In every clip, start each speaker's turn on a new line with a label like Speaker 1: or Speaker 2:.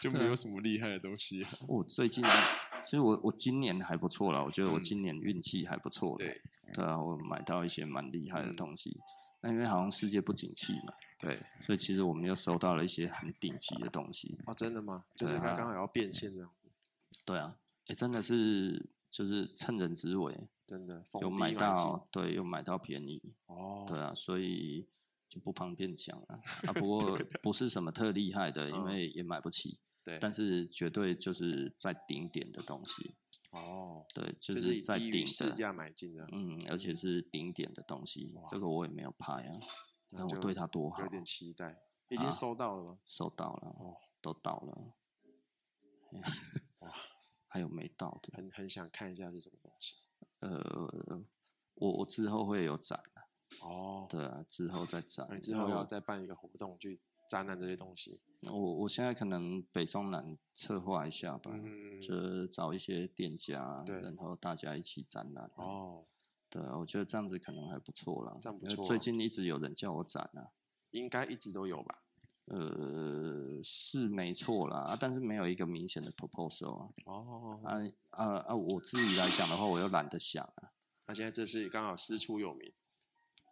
Speaker 1: 就
Speaker 2: 啊
Speaker 1: 没有什么厉害的东西、啊。
Speaker 2: 我、哦、最近其实我我今年还不错啦，我觉得我今年运气还不错的。
Speaker 1: 嗯对，嗯
Speaker 2: 对啊，我买到一些蛮厉害的东西。那因为好像世界不景气嘛，
Speaker 1: 对，
Speaker 2: 所以其实我们又收到了一些很顶级的东西。
Speaker 1: 哦，真的吗？就是它刚好要变现这样子。
Speaker 2: 对啊，哎，真的是就是趁人之危，
Speaker 1: 真的
Speaker 2: 有买到，对，有买到便宜。
Speaker 1: 哦，
Speaker 2: 对啊，所以。就不方便讲了啊， 不过不是什么特厉害的，因为也买不起。
Speaker 1: 嗯对，
Speaker 2: 但是绝对就是在顶点的东西。
Speaker 1: 哦，
Speaker 2: 对，就是在顶
Speaker 1: 市价买进的，
Speaker 2: 嗯，而且是顶点的东西。这个我也没有拍啊，那我对它多好，
Speaker 1: 有点期待。已
Speaker 2: 啊
Speaker 1: 经收到了吗？
Speaker 2: 收到了，哦，都到 了。哎
Speaker 1: 哇，
Speaker 2: 还有没到的？
Speaker 1: 很很想看一下是什么东西。
Speaker 2: 呃，我我之后会有展的。
Speaker 1: 哦，
Speaker 2: 对啊，之后再展，
Speaker 1: 你之后要再办一个活动去展览这些东西。
Speaker 2: 我我现在可能北中南策划一下吧，嗯、就是找一些店家，然后大家一起展览。啊
Speaker 1: 哦，
Speaker 2: 对啊，我觉得这样子可能还不错啦。
Speaker 1: 这样不错、啊。
Speaker 2: 最近一直有人叫我展啊，
Speaker 1: 应该一直都有吧？
Speaker 2: 呃，是没错啦、啊，但是没有一个明显的 proposal 啊。
Speaker 1: 哦，
Speaker 2: 啊啊啊！我自己来讲的话，我又懒得想啊。
Speaker 1: 那、啊、现在这是刚好师出有名。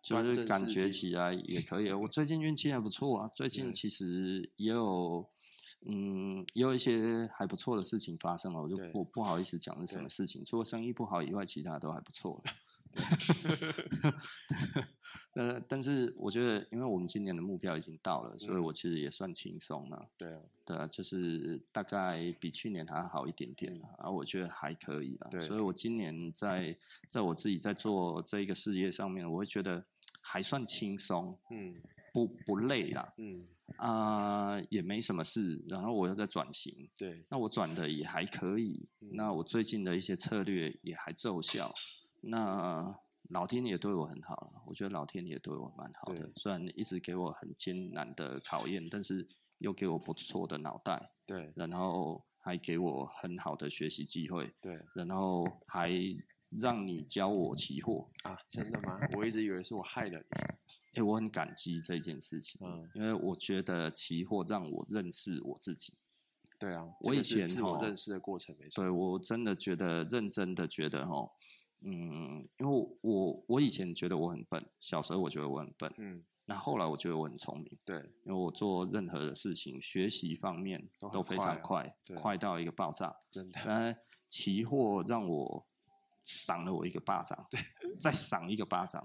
Speaker 2: 就是感觉起来也可以。我最近运气还不错啊，最近其实也有，嗯，也有一些还不错的事情发生了。我就我不好意思讲是什么事情，除了生意不好以外，其他都还不错了。 呃，但是我觉得，因为我们今年的目标已经到了，所以我其实也算轻松了。
Speaker 1: 对啊，
Speaker 2: 对啊，就是大概比去年还好一点点了啊，我觉得还可以了。啊
Speaker 1: 对，
Speaker 2: 所以我今年在在我自己在做这一个事业上面，我会觉得还算轻松，
Speaker 1: 嗯，
Speaker 2: 不不累啦，
Speaker 1: 嗯
Speaker 2: 啊、呃、也没什么事。然后我又在转型，
Speaker 1: 对，
Speaker 2: 那我转的也还可以，那我最近的一些策略也还奏效。那老天也对我很好了，我觉得老天也对我蛮好的，虽然一直给我很艰难的考验，但是又给我不错的脑袋，
Speaker 1: 对，
Speaker 2: 然后还给我很好的学习机会，
Speaker 1: 对，
Speaker 2: 然后还让你教我期货
Speaker 1: 啊，真的吗？我一直以为是我害了你，
Speaker 2: 哎、欸，我很感激这件事情，
Speaker 1: 嗯，
Speaker 2: 因为我觉得期货让我认识我自己。
Speaker 1: 对啊，
Speaker 2: 我以前
Speaker 1: 自我认识的过程没错，
Speaker 2: 对我真的觉得认真的觉得哈。嗯，因为我我以前觉得我很笨，小时候我觉得我很笨，
Speaker 1: 嗯，
Speaker 2: 那后来我觉得我很聪明，
Speaker 1: 对，
Speaker 2: 因为我做任何的事情，学习方面都非常
Speaker 1: 快、
Speaker 2: 啊，快,快到一个爆炸，
Speaker 1: 真的。
Speaker 2: 然期货让我赏了我一个巴掌，
Speaker 1: 对，
Speaker 2: 再赏一个巴掌，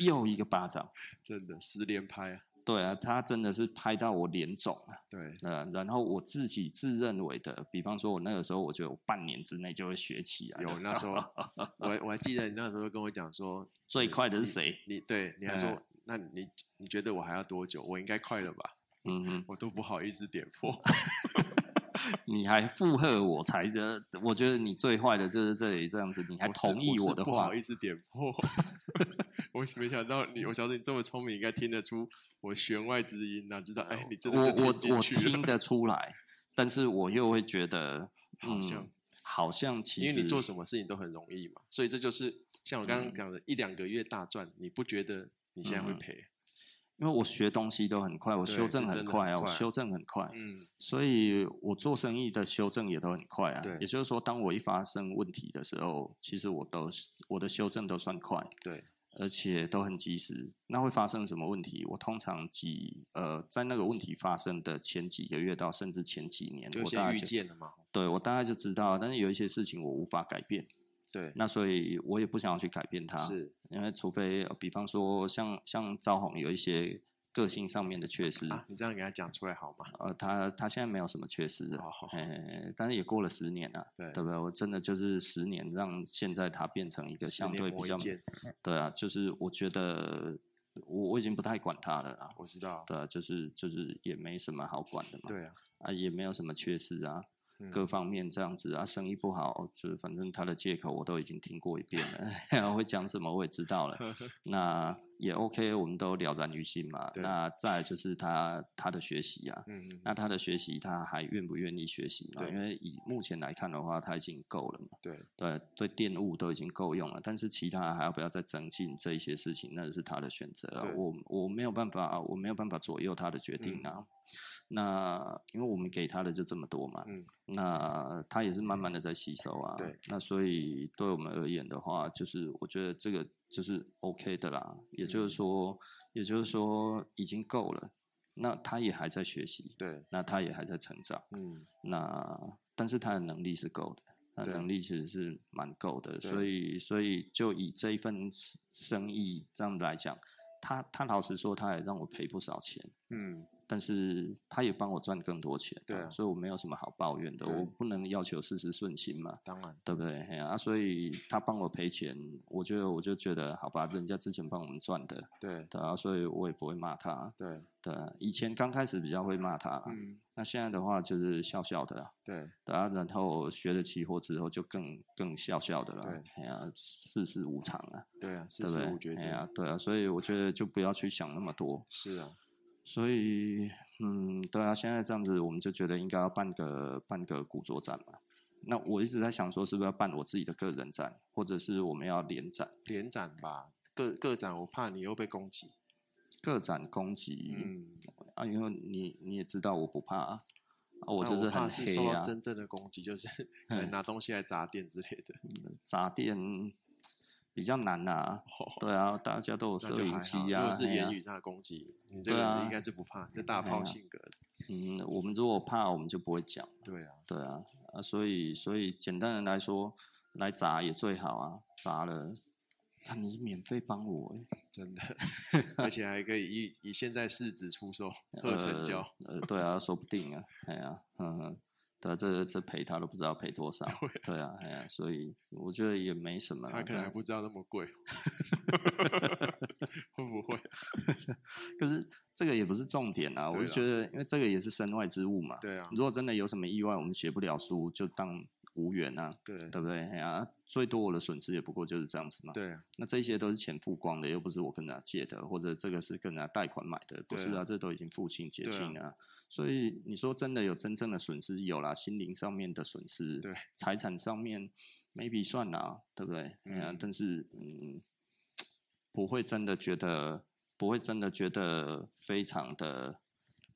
Speaker 2: 又一个巴掌，
Speaker 1: 真的十连拍啊！
Speaker 2: 对啊，他真的是拍到我脸肿了、啊，
Speaker 1: 对，
Speaker 2: 呃，然后我自己自认为的，比方说，我那个时候我觉得我半年之内就会学起来。
Speaker 1: 有那时候，我我还记得你那时候跟我讲说，
Speaker 2: 最快的
Speaker 1: 嗯
Speaker 2: 是谁？
Speaker 1: 你对你还说，
Speaker 2: 哎
Speaker 1: 嗯、那你你觉得我还要多久？我应该快了吧？
Speaker 2: 嗯，
Speaker 1: 我都不好意思点破。
Speaker 2: 你还附和我才的，我觉得你最坏的就是这里这样子， 你还同意
Speaker 1: 我
Speaker 2: 的话，
Speaker 1: 不好意思点破。 我没想到你，我想到你这么聪明，应该听得出我弦外之音哪知道，哎，你真的
Speaker 2: 我我我听得出来，但是我又会觉得，嗯、
Speaker 1: 好像
Speaker 2: 好像其
Speaker 1: 实因为你做什么事情都很容易嘛，所以这就是像我刚刚讲的，嗯、一两个月大赚，你不觉得你现在会赔？嗯
Speaker 2: 因为我学东西都很快，我修正很快啊，
Speaker 1: 快
Speaker 2: 我修正很快，
Speaker 1: 嗯，
Speaker 2: 所以我做生意的修正也都很快啊。
Speaker 1: 对，
Speaker 2: 也就是说，当我一发生问题的时候，其实我都我的修正都算快，
Speaker 1: 对，
Speaker 2: 而且都很及时。那会发生什么问题？我通常几呃，在那个问题发生的前几个月到甚至前几年，我大概
Speaker 1: 预见了嘛。
Speaker 2: 对，我大概就知道，但是有一些事情我无法改变。
Speaker 1: 对，啊
Speaker 2: 那所以我也不想要去改变它，
Speaker 1: 是
Speaker 2: 因为除非、呃、比方说像像招红有一些个性上面的缺失
Speaker 1: 啊，你这样给他讲出来好吗？
Speaker 2: 呃，他他现在没有什么缺失的，
Speaker 1: 好好
Speaker 2: 哎，但是也过了十年了、啊，
Speaker 1: 对
Speaker 2: 对不对？我真的就是十年，让现在他变成一个相对比较，对啊，就是我觉得我我已经不太管他了啦，
Speaker 1: 我知道，
Speaker 2: 对啊，就是就是也没什么好管的嘛，
Speaker 1: 对啊，嗯
Speaker 2: 啊也没有什么缺失啊。各方面这样子啊，生意不好，就是反正他的借口我都已经听过一遍了， 会讲什么我也知道 了。那也 OK，我们都了然于心嘛。那再就是他他的学习啊，
Speaker 1: 嗯嗯
Speaker 2: 那他的学习他还愿不愿意学习嘛？
Speaker 1: 对
Speaker 2: 因为以目前来看的话，他已经够了嘛。
Speaker 1: 对
Speaker 2: 对对，电务都已经够用了，但是其他还要不要再增进这一些事情，那是他的选择、啊。我我没有办法，我没有办法左右他的决定啊。
Speaker 1: 嗯
Speaker 2: 那因为我们给他的就这么多嘛，
Speaker 1: 嗯，
Speaker 2: 那他也是慢慢的在吸收啊。
Speaker 1: 对，
Speaker 2: 那所以对我们而言的话，就是我觉得这个就是 OK 的啦，也
Speaker 1: 嗯
Speaker 2: 就是说，也就是说已经够了。那他也还在学习，
Speaker 1: 对，
Speaker 2: 那他也还在成长，
Speaker 1: 嗯，
Speaker 2: 那但是他的能力是够的，他的
Speaker 1: 对
Speaker 2: 能力其实是蛮够的，
Speaker 1: 对
Speaker 2: 所以所以就以这一份生意这样来讲，他他老实说，他也让我赔不少钱。
Speaker 1: 嗯，
Speaker 2: 但是他也帮我赚更多钱，
Speaker 1: 对啊
Speaker 2: 所以我没有什么好抱怨的，
Speaker 1: 对
Speaker 2: 我不能要求事事顺心嘛，
Speaker 1: 当然，
Speaker 2: 对不对？嘿啊，所以他帮我赔钱，我就我就觉得好吧，人家之前帮我们赚的，
Speaker 1: 对
Speaker 2: 对啊，所以我也不会骂他，
Speaker 1: 对，
Speaker 2: 对啊，以前刚开始比较会骂他啦，
Speaker 1: 嗯，
Speaker 2: 那现在的话就是笑笑的啦，
Speaker 1: 对
Speaker 2: 对啊，然后学了期货之后就更更笑笑的了，
Speaker 1: 对，
Speaker 2: 哎呀、世事无常啊，
Speaker 1: 对啊，四
Speaker 2: 对不
Speaker 1: 十
Speaker 2: 对？
Speaker 1: 五决定
Speaker 2: 哎，呀、对啊，所以我觉得就不要去想那么多，
Speaker 1: 是啊，
Speaker 2: 所以，嗯，对啊，现在这样子，我们就觉得应该要办个办个古着展嘛。那我一直在想说，是不是要办我自己的个人展，或者是我们要联展？
Speaker 1: 连展吧，个个展，我怕你又被攻击，
Speaker 2: 个展攻击、
Speaker 1: 嗯，
Speaker 2: 啊，因为你你也知道我不怕啊，啊我
Speaker 1: 那
Speaker 2: 就是
Speaker 1: 怕
Speaker 2: 很
Speaker 1: 是
Speaker 2: 黑
Speaker 1: 受到
Speaker 2: 啊，
Speaker 1: 真正的攻击， 就是可能
Speaker 2: 嗯
Speaker 1: 拿东西来砸店之类的，
Speaker 2: 砸店比较难啊。对啊，大家都有
Speaker 1: 哦那
Speaker 2: 摄
Speaker 1: 就
Speaker 2: 影
Speaker 1: 还
Speaker 2: 机
Speaker 1: 好
Speaker 2: 啊，
Speaker 1: 如果是
Speaker 2: 嘿啊
Speaker 1: 言语上的攻击，你这个
Speaker 2: 对
Speaker 1: 人
Speaker 2: 啊
Speaker 1: 应该是不怕，你这大
Speaker 2: 嘿
Speaker 1: 炮
Speaker 2: 啊
Speaker 1: 性格 的，
Speaker 2: 嗯，我们如果怕，我们就不会讲。
Speaker 1: 对啊，
Speaker 2: 对啊，啊，所以所以简单的来说，来砸也最好啊，砸了，看你是免费帮我欸，
Speaker 1: 真的，而且还可以以以现在市值出 售，二成交，
Speaker 2: 呃，呃，对啊，说不定啊，哎呀、嗯哼，对啊，这这赔他都不知道 赔多少，对啊，哎呀、所以我觉得也没什么啦，啊
Speaker 1: 他可能还
Speaker 2: 但
Speaker 1: 不知道那么贵， 会不会？啊
Speaker 2: 可是这个也不是重点啊，我
Speaker 1: 对
Speaker 2: 就
Speaker 1: 啦
Speaker 2: 觉得，因为这个也是身外之物嘛，
Speaker 1: 对啊，
Speaker 2: 如果真的有什么意外，我们写不了书，就当无缘啊，
Speaker 1: 对
Speaker 2: 对不对？哎呀、最多我的损失也不过就是这样子嘛，
Speaker 1: 对啊，
Speaker 2: 那这些都是钱付光的，又不是我跟人家借的，或者这个是跟人家贷款买的，不
Speaker 1: 对
Speaker 2: 是
Speaker 1: 啊
Speaker 2: 啊，这都已经付清结
Speaker 1: 对啊
Speaker 2: 清了啊、所以你说真的有真正的损失有啦，心灵上面的损失，
Speaker 1: 对，
Speaker 2: 财产上面 maybe 算啦，对不对？哎呀、
Speaker 1: 嗯
Speaker 2: 但是嗯，不会真的觉得，不会真的觉得非常的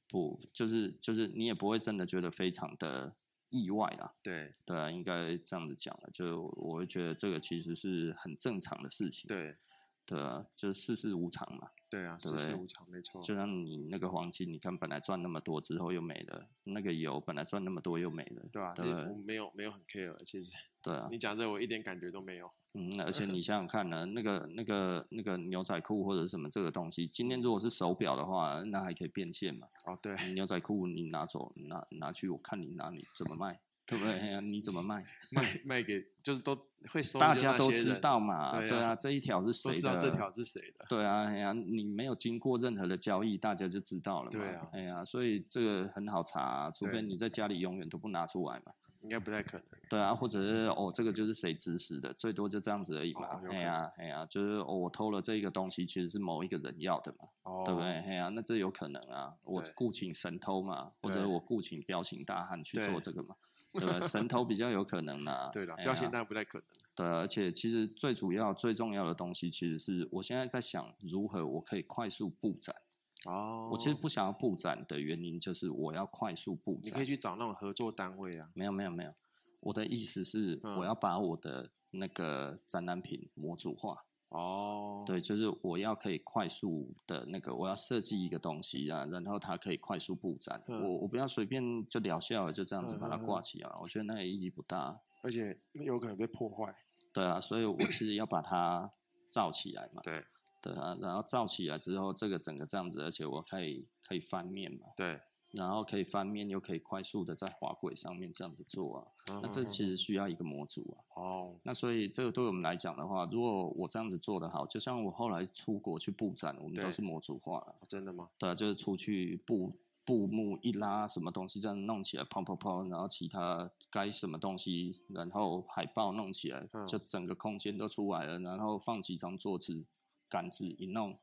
Speaker 2: 不，就是就是你也不会真的觉得非常的意外啦。
Speaker 1: 对
Speaker 2: 对啊，应该这样子讲了，就我会觉得这个其实是很正常的事情。
Speaker 1: 对
Speaker 2: 对啊，就世事无常嘛。
Speaker 1: 对啊，
Speaker 2: 对
Speaker 1: 世事
Speaker 2: 不对
Speaker 1: 无常，没错，
Speaker 2: 就像你那个黄金，你看本来赚那么多之后又没了，那个油本来赚那么多又没了，
Speaker 1: 对啊，这
Speaker 2: 对不
Speaker 1: 我
Speaker 2: 对？
Speaker 1: 没有没有很 care，其实
Speaker 2: 对啊，
Speaker 1: 你讲这我一点感觉都没有，
Speaker 2: 嗯，而
Speaker 1: 啊
Speaker 2: 且你想想看呢，那个那个那个牛仔裤或者什么这个东西，今天如果是手表的话，那还可以变现嘛。
Speaker 1: 哦，对，
Speaker 2: 牛仔裤你拿走拿拿去，我看你拿你怎么卖，对不对？ 哎呀你怎么卖？
Speaker 1: 卖卖给就是都会收，
Speaker 2: 大家都知道，嘛，
Speaker 1: 对啊
Speaker 2: 对啊，这一条是
Speaker 1: 都
Speaker 2: 谁
Speaker 1: 知
Speaker 2: 的？
Speaker 1: 道这条是谁的，
Speaker 2: 对啊，哎呀，你没有经过任何的交易，大家就知道了嘛。
Speaker 1: 对啊
Speaker 2: 哎呀，所以这个很好查啊、除
Speaker 1: 对
Speaker 2: 非你在家里永远都不拿出来嘛。
Speaker 1: 应该不太可能，
Speaker 2: 对啊，或者是哦，这个就是谁指使的，最多就这样子而已嘛
Speaker 1: 哦。有可
Speaker 2: 哎呀，哎呀，就是、哦、我偷了这个东西，其实是某一个人要的嘛，
Speaker 1: 哦，
Speaker 2: 对不对？？哎呀，那这有可能啊，我
Speaker 1: 对
Speaker 2: 雇请神偷嘛，或
Speaker 1: 对
Speaker 2: 者我雇请彪形大汉去
Speaker 1: 对
Speaker 2: 做这个嘛。对吧？神偷比较有可能 啦、
Speaker 1: 对了，
Speaker 2: 哎
Speaker 1: 标
Speaker 2: 呀
Speaker 1: 新当然不太可能，
Speaker 2: 对啊，而且其实最主要、最重要的东西，其实是我现在在想如何我可以快速布展。
Speaker 1: 哦，
Speaker 2: 我其实不想要布展的原因就是我要快速布
Speaker 1: 你可以
Speaker 2: 展。
Speaker 1: 去找那种合作单位啊，
Speaker 2: 没有没有没有，我的意思是
Speaker 1: 嗯
Speaker 2: 我要把我的那个展览品模组化。
Speaker 1: 哦，
Speaker 2: 对，就是我要可以快速的那个，我要设计一个东西啊，然后它可以快速布展。
Speaker 1: 嗯
Speaker 2: 我我不要随便就疗效了，就这样子把它
Speaker 1: 嗯嗯嗯
Speaker 2: 挂起来，我觉得那个意义不大。
Speaker 1: 而且有可能被破坏，
Speaker 2: 对啊，所以我其实要把它造起来嘛。
Speaker 1: 对
Speaker 2: 对啊，然后造起来之后，这个整个这样子，而且我可以可以翻面嘛，
Speaker 1: 对，
Speaker 2: 然后可以翻面，又可以快速的在滑轨上面这样子做啊。那
Speaker 1: 那
Speaker 2: 这其实需要一个模组啊。
Speaker 1: 嗯哦，
Speaker 2: 那所以这个对我们来讲的话，如果我这样子做的好，就像我后来出国去布展，我们
Speaker 1: 对
Speaker 2: 都是模组化了，
Speaker 1: 真的吗？
Speaker 2: 对啊，就是出去布布幕一拉，什么东西这样弄起来，砰砰砰，然后其他该什么东西，然后海报弄起来
Speaker 1: 嗯，
Speaker 2: 就整个空间都出来了，然后放几张桌子、杆子一弄，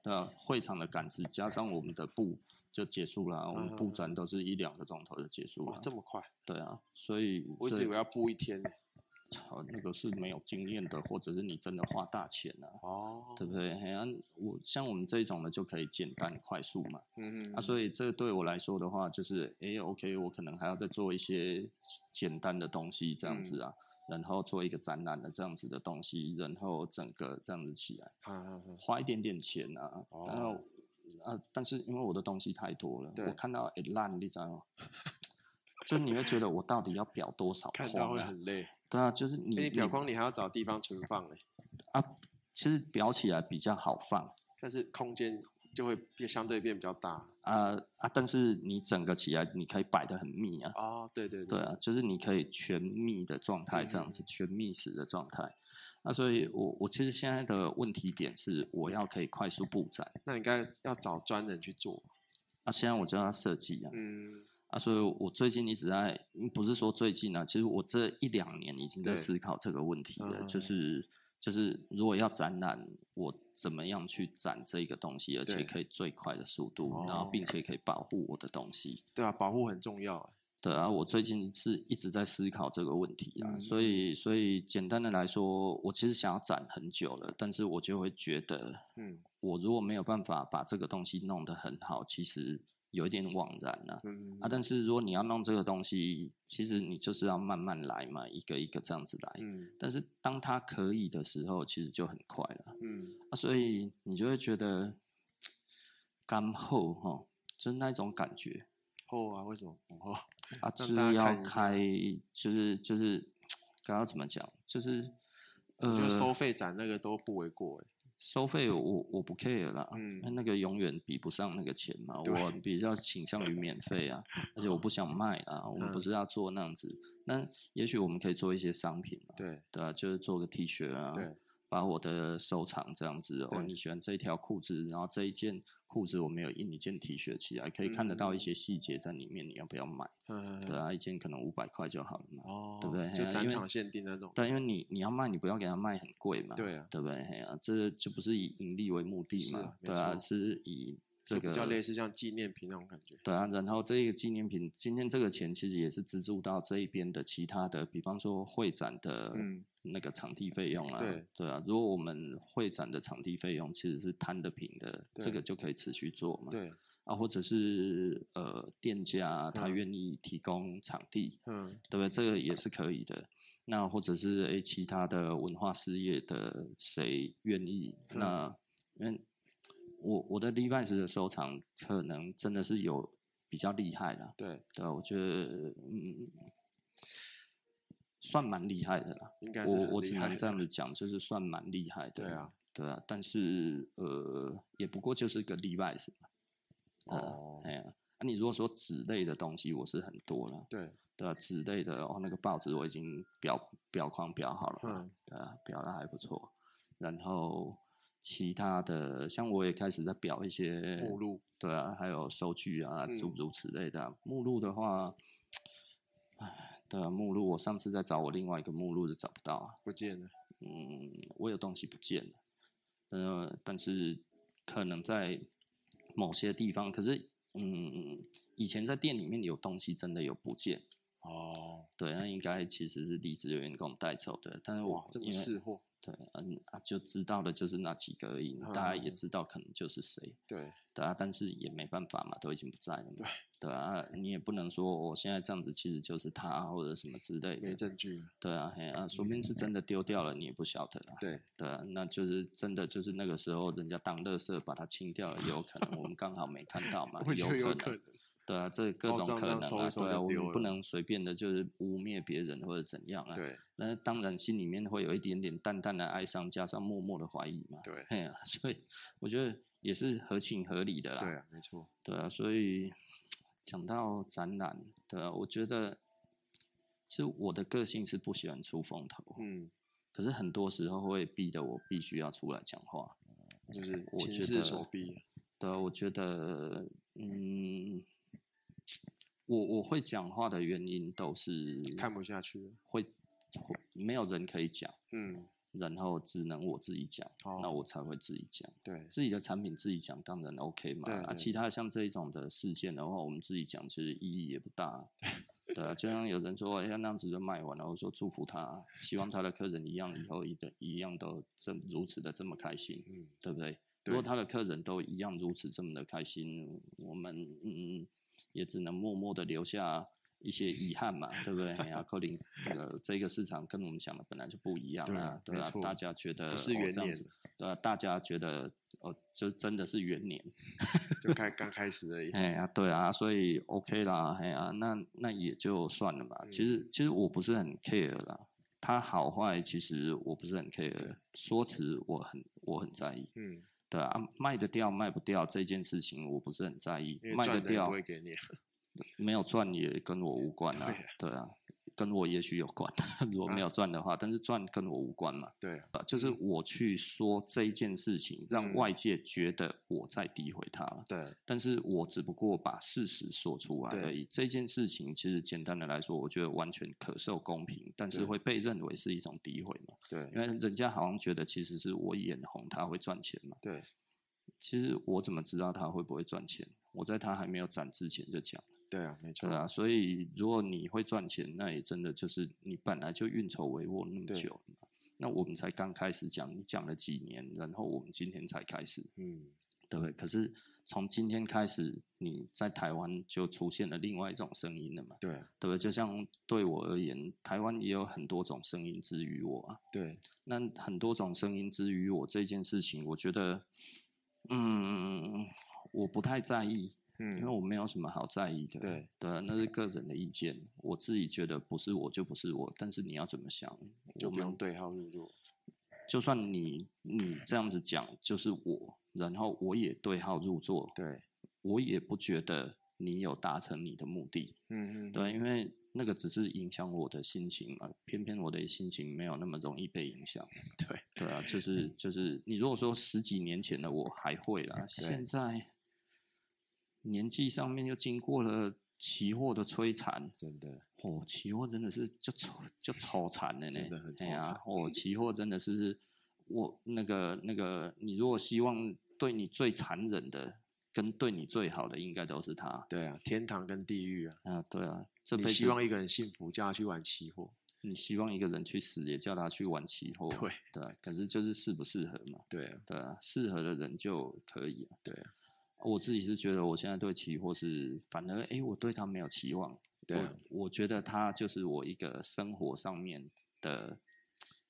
Speaker 2: 对啊，会场的杆子加上我们的布就结束了啊，我们布展都是一两个钟头就结束
Speaker 1: 哇
Speaker 2: 了，啊，
Speaker 1: 这么快！
Speaker 2: 对啊，所以
Speaker 1: 我一
Speaker 2: 所
Speaker 1: 直以
Speaker 2: 以
Speaker 1: 为要布一天呢。
Speaker 2: 操，那个是没有经验的，或者是你真的花大钱啊，
Speaker 1: 哦，
Speaker 2: 对不对？嘿啊，我像我们这一种的就可以简单快速嘛。
Speaker 1: 嗯
Speaker 2: 啊，所以这对我来说的话，就是诶 o k 我可能还要再做一些简单的东西这样子
Speaker 1: 嗯
Speaker 2: 啊，然后做一个展览的这样子的东西，然后整个这样子起来，
Speaker 1: 嗯嗯嗯
Speaker 2: 花一点点钱啊，
Speaker 1: 哦
Speaker 2: 然后啊，但是因为我的东西太多了，
Speaker 1: 对
Speaker 2: 我看到诶烂，你知道吗？ 就你会觉得我到底要裱多少
Speaker 1: 看到
Speaker 2: 框
Speaker 1: 会
Speaker 2: 啊？
Speaker 1: 很累。
Speaker 2: 对啊，就是你
Speaker 1: 哎，你表框你还要找地方存放嘞，
Speaker 2: 啊，其实裱起来比较好放。
Speaker 1: 但是空间就会变相对变比较大。
Speaker 2: 啊啊！但是你整个起来，你可以摆得很密啊，
Speaker 1: 哦，对对
Speaker 2: 对，啊，就是你可以全密的状
Speaker 1: 嗯
Speaker 2: 态这样子，全密实的状态。那所以我，我其实现在的问题点是，我要可以快速布展。
Speaker 1: 那你应该要找专人去做。
Speaker 2: 那、现在我就要设计啊，
Speaker 1: 嗯，
Speaker 2: 啊，所以我最近一直在，嗯不是说最近啊，其实我这一两年已经在
Speaker 1: 对
Speaker 2: 思考这个问题了，
Speaker 1: 嗯嗯嗯
Speaker 2: 就是就是如果要展览，我怎么样去展这个东西，而且
Speaker 1: 对
Speaker 2: 可以最快的速度，然后
Speaker 1: 哦
Speaker 2: 并且可以保护我的东西。
Speaker 1: 对啊，保护很重要啊。
Speaker 2: 对啊，我最近是一直在思考这个问题啊，
Speaker 1: 嗯
Speaker 2: 所以所以简单的来说，我其实想要展很久了，但是我就会觉得，
Speaker 1: 嗯
Speaker 2: 我如果没有办法把这个东西弄得很好，其实有一点枉然了、啊。
Speaker 1: 嗯
Speaker 2: 啊，但是如果你要弄这个东西，其实你就是要慢慢来嘛，一个一个这样子来。
Speaker 1: 嗯
Speaker 2: 但是当它可以的时候，其实就很快了。
Speaker 1: 嗯
Speaker 2: 啊，所以你就会觉得 干后哈，就是那一种感觉。
Speaker 1: 厚啊？为什么不厚？
Speaker 2: 啊，
Speaker 1: 让
Speaker 2: 是
Speaker 1: 大家看一下
Speaker 2: 要开，就是就是，刚刚怎么讲？就是
Speaker 1: 我觉
Speaker 2: 呃，
Speaker 1: 得收费展那个都不为过哎。
Speaker 2: 收费我我不 care 啦，
Speaker 1: 嗯
Speaker 2: 那那个永远比不上那个钱 嘛。
Speaker 1: 对
Speaker 2: 我比较倾向于免费啊，而且我不想卖啦，我们不
Speaker 1: 嗯
Speaker 2: 是要做那样子。那也许我们可以做一些商品嘛，
Speaker 1: 对
Speaker 2: 对啊，就是做个 T 恤啊，
Speaker 1: 对，
Speaker 2: 把我的收藏这样子哦，
Speaker 1: 对
Speaker 2: 你喜欢这一条裤子，然后这一件裤子我们有印一件 T 恤起来，可以看得到一
Speaker 1: 嗯
Speaker 2: 些细节在里面，你要不要买？
Speaker 1: 嗯
Speaker 2: 对啊，一件可能五百块就好了嘛。
Speaker 1: 哦，
Speaker 2: 对不对？嘿
Speaker 1: 就
Speaker 2: 啊
Speaker 1: 展
Speaker 2: 因为
Speaker 1: 场限定那种。
Speaker 2: 对，因为你你要卖，你不要给他卖很贵嘛，
Speaker 1: 对啊，
Speaker 2: 对不对？嘿啊，这就不是以盈利为目的
Speaker 1: 是
Speaker 2: 嘛，
Speaker 1: 啊没
Speaker 2: 对啊，
Speaker 1: 错
Speaker 2: 是以这
Speaker 1: 就
Speaker 2: 个
Speaker 1: 比较类似像纪念品那种感觉。
Speaker 2: 对啊，然后这个纪念品，今天这个钱其实也是资助到这一边的其他的，比方说会展的
Speaker 1: 嗯
Speaker 2: 那个场地费用啊，
Speaker 1: 对
Speaker 2: 啊，如果我们会展的场地费用其实是摊的平的，这
Speaker 1: 对
Speaker 2: 个就可以持续做嘛，
Speaker 1: 对，
Speaker 2: 啊，或者是呃店家啊他
Speaker 1: 嗯
Speaker 2: 愿意提供场地，
Speaker 1: 嗯
Speaker 2: 对不对？这个也是可以的。那或者是诶，其他的文化事业的谁愿意？
Speaker 1: 嗯
Speaker 2: 那因为我我的 Levi's 的收藏可能真的是有比较厉害的，
Speaker 1: 对，
Speaker 2: 对啊我觉得嗯，算蛮厉害的啦。
Speaker 1: 应该是
Speaker 2: 我
Speaker 1: 很
Speaker 2: 我
Speaker 1: 厉
Speaker 2: 只
Speaker 1: 害
Speaker 2: 能这样
Speaker 1: 的
Speaker 2: 子讲，就是算蛮厉害的。
Speaker 1: 对啊，
Speaker 2: 对啊，但是呃，也不过就是个 Levi's 嘛。呃
Speaker 1: 哦
Speaker 2: 哎呀，那、你如果说纸类的东西，我是很多了。
Speaker 1: 对，
Speaker 2: 对啊，纸类的哦，那个报纸我已经裱裱框裱好了嘛，
Speaker 1: 嗯
Speaker 2: 对啊，裱的还不错。然后其他的，像我也开始在裱一些
Speaker 1: 目录，
Speaker 2: 对啊，还有收据啊，诸
Speaker 1: 嗯
Speaker 2: 如此类的啊、目录的话，唉，对啊，目录我上次在找我另外一个目录就找不到啊，
Speaker 1: 不见了。
Speaker 2: 嗯，我有东西不见了，呃，但是可能在某些地方，可是嗯，以前在店里面有东西真的有不见。
Speaker 1: 哦，
Speaker 2: 对，那应该其实是离职的员工带走的，但是
Speaker 1: 哇
Speaker 2: 我，
Speaker 1: 这
Speaker 2: 因
Speaker 1: 么
Speaker 2: 为
Speaker 1: 识货，
Speaker 2: 对，嗯、啊，就知道的就是那几个而已，大家也
Speaker 1: 嗯
Speaker 2: 知道可能就是谁，
Speaker 1: 对
Speaker 2: 对啊，但是也没办法嘛，都已经不在了嘛，对啊，你也不能说我现在这样子其实就是他啊或者什么之类
Speaker 1: 没嗯
Speaker 2: 的，
Speaker 1: 证据。
Speaker 2: 对啊，嘿啊，说不定是真的丢掉了，你也不晓得啊，
Speaker 1: 对，
Speaker 2: 对啊，那就是真的就是那个时候人家当垃圾把它清掉了，也有可能我们刚好没看到
Speaker 1: ，
Speaker 2: 嘛
Speaker 1: 我觉得有
Speaker 2: 可
Speaker 1: 可
Speaker 2: 能
Speaker 1: 能。。
Speaker 2: 对啊，这各
Speaker 1: 包
Speaker 2: 种
Speaker 1: 装
Speaker 2: 可
Speaker 1: 这
Speaker 2: 能
Speaker 1: 样
Speaker 2: 啊，
Speaker 1: 收一收
Speaker 2: 对啊，
Speaker 1: 就
Speaker 2: 我
Speaker 1: 丢
Speaker 2: 们不
Speaker 1: 了
Speaker 2: 能随便的，就是污蔑别人或者怎样啊。，
Speaker 1: 对
Speaker 2: 但是当然心里面会有一点点淡淡的哀伤，加上默默的怀疑嘛。
Speaker 1: 对
Speaker 2: 嘿啊， 所以我觉得也是合情合理的啦。
Speaker 1: 对啊，没错。
Speaker 2: 对啊，所以讲到展览，对啊，我觉得其实我的个性是不喜欢出风头，
Speaker 1: 嗯，
Speaker 2: 可是很多时候会逼得我必须要出来讲话。
Speaker 1: 就是
Speaker 2: 我
Speaker 1: 情
Speaker 2: 觉
Speaker 1: 势
Speaker 2: 得
Speaker 1: 所逼。
Speaker 2: 对啊，我觉得，嗯，我我会讲话的原因都是
Speaker 1: 看不下去了
Speaker 2: 会会没有人可以讲，
Speaker 1: 嗯，
Speaker 2: 然后只能我自己讲，那
Speaker 1: 哦
Speaker 2: 我才会自己讲。
Speaker 1: 对，
Speaker 2: 自己的产品自己讲当然 OK 嘛，
Speaker 1: 对
Speaker 2: 啊，
Speaker 1: 对
Speaker 2: 其他像这一种的事件的话，我们自己讲其实意义也不大，对啊，就像有人说，哎呀，那样子就卖完了。我说祝福他，啊希望他的客人一样以后一的一样都这如此的这么开心，
Speaker 1: 嗯，
Speaker 2: 对不对？
Speaker 1: 对
Speaker 2: 如果他的客人都一样如此这么的开心，我们嗯也只能默默的留下一些遗憾嘛，对不对？哎呀，柯林，呃，这个市场跟我们想的本来就不一样
Speaker 1: 对
Speaker 2: 啊，对
Speaker 1: 没
Speaker 2: 吧、
Speaker 1: 错
Speaker 2: 大家觉得
Speaker 1: 不是
Speaker 2: 哦
Speaker 1: 元
Speaker 2: 这样
Speaker 1: 年
Speaker 2: 子，对吧、大家觉得哦，就真的是元年，
Speaker 1: 就开刚开始 而已。
Speaker 2: 哎呀，对啊，所以 OK 啦，哎呀，那那也就算了嘛。其
Speaker 1: 嗯
Speaker 2: 实其实我不是很 care 啦，它好坏其实我不是很 care，说辞我很我很在意，
Speaker 1: 嗯，
Speaker 2: 对啊，啊卖得掉卖不掉这件事情我不是很在意
Speaker 1: 因，为
Speaker 2: 卖得
Speaker 1: 赚的也
Speaker 2: 掉
Speaker 1: 不会给你，
Speaker 2: 没有赚也跟我无关啊，对啊，跟我也许有关， 如果没
Speaker 1: 嗯
Speaker 2: 有赚的话，但是赚跟我无关嘛，
Speaker 1: 对 啊，
Speaker 2: 啊就是我去说这件事情，让
Speaker 1: 嗯
Speaker 2: 外界觉得我在诋毁他了。
Speaker 1: 对，
Speaker 2: 但是我只不过把事实说出来
Speaker 1: 对
Speaker 2: 而已。这件事情其实简单的来说，我觉得完全可受公平，但是
Speaker 1: 对
Speaker 2: 会被认为是一种诋毁嘛？因
Speaker 1: 对，
Speaker 2: 为人家好像觉得其实是我眼红他会赚钱嘛。
Speaker 1: 对，
Speaker 2: 其实我怎么知道他会不会赚钱？我在他还没有涨之前就讲，
Speaker 1: 对啊，没错
Speaker 2: 对，啊。所以如果你会赚钱，那也真的就是你本来就运筹帷幄那么
Speaker 1: 对
Speaker 2: 久了嘛。那我们才刚开始讲，你讲了几年，然后我们今天才开始，
Speaker 1: 嗯，
Speaker 2: 对不对？可是从今天开始，你在台湾就出现了另外一种声音了嘛，
Speaker 1: 对啊，
Speaker 2: 对不对？就像对我而言，台湾也有很多种声音之于我啊。
Speaker 1: 对，
Speaker 2: 那很多种声音之于我这件事情，我觉得，嗯，我不太在意，因为
Speaker 1: 嗯，
Speaker 2: 我没有什么好在意的。
Speaker 1: 对
Speaker 2: 对啊，那是个人的意见，我自己觉得不是我就不是我，但是你要怎么想，
Speaker 1: 就
Speaker 2: 我
Speaker 1: 不用
Speaker 2: 们
Speaker 1: 对号入座，
Speaker 2: 就算你你这样子讲就是我，然后我也对号入座，
Speaker 1: 对，
Speaker 2: 我也不觉得你有达成你的目的，
Speaker 1: 嗯嗯，
Speaker 2: 对，因为那个只是影响我的心情嘛，偏偏我的心情没有那么容易被影响，
Speaker 1: 对，
Speaker 2: 对啊，
Speaker 1: 嗯
Speaker 2: 就是就是，你如果说十几年前的我还会啦，
Speaker 1: 嗯对
Speaker 2: 现在年纪上面又经过了期货的摧残，
Speaker 1: 真的，
Speaker 2: 哦，期货真的是就丑就丑惨了呢，
Speaker 1: 真的很
Speaker 2: 哎呀
Speaker 1: 丑惨，嗯
Speaker 2: 哦，期货真的是我那个那个，你如果希望对你最残忍的，跟对你最好的，应该都是他
Speaker 1: 对啊，天堂跟地狱啊，
Speaker 2: 啊，对啊，这辈
Speaker 1: 你
Speaker 2: 子
Speaker 1: 希望一个人幸福，叫他去玩期货，
Speaker 2: 你希望一个人去死，也叫他去玩期货，
Speaker 1: 对
Speaker 2: 对啊，可是就是适不适合嘛，
Speaker 1: 对啊，
Speaker 2: 对啊，适合的人就可以啊，
Speaker 1: 对啊，
Speaker 2: 我自己是觉得我现在对期货是，反而诶，我对他没有期望，
Speaker 1: 对啊
Speaker 2: 我我觉得它就是我一个生活上面的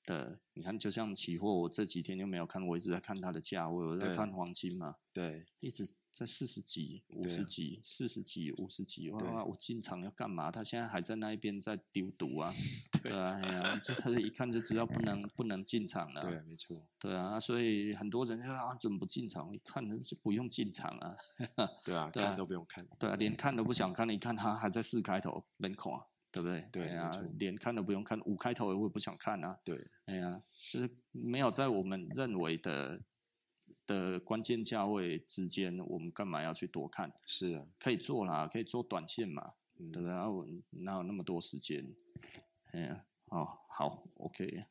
Speaker 2: 的，你看，就像期货，我这几天就没有看，我一直在看它的价位，我在
Speaker 1: 对啊
Speaker 2: 看黄金嘛，
Speaker 1: 对，
Speaker 2: 一直在四十几、五
Speaker 1: 对
Speaker 2: 十
Speaker 1: 啊
Speaker 2: 几、四十几、五十几，哇
Speaker 1: 对啊
Speaker 2: 哇，我进场要干嘛？他现在还在那一边在丢毒啊，
Speaker 1: 对
Speaker 2: 对啊，哎呀，这他一看就知道不能不能进场了，
Speaker 1: 对啊，没错，
Speaker 2: 对啊，所以很多人就说啊，怎么不进场？一看就不用进场啊，
Speaker 1: 对啊，
Speaker 2: 对啊
Speaker 1: 看都不用看，
Speaker 2: 对啊，连看都不想看，一看他还在四开头，门口啊，对不对？
Speaker 1: 对
Speaker 2: 哎呀
Speaker 1: 没错，
Speaker 2: 连看都不用看，五开头我也不想看啊。
Speaker 1: 对，
Speaker 2: 哎呀，就是没有在我们认为的的关键价位之间，我们干嘛要去多看？
Speaker 1: 是啊，
Speaker 2: 可以做啦，可以做短线嘛，对不
Speaker 1: 嗯，
Speaker 2: 对？啊，我哪有那么多时间？哎呀，哦，好，OK。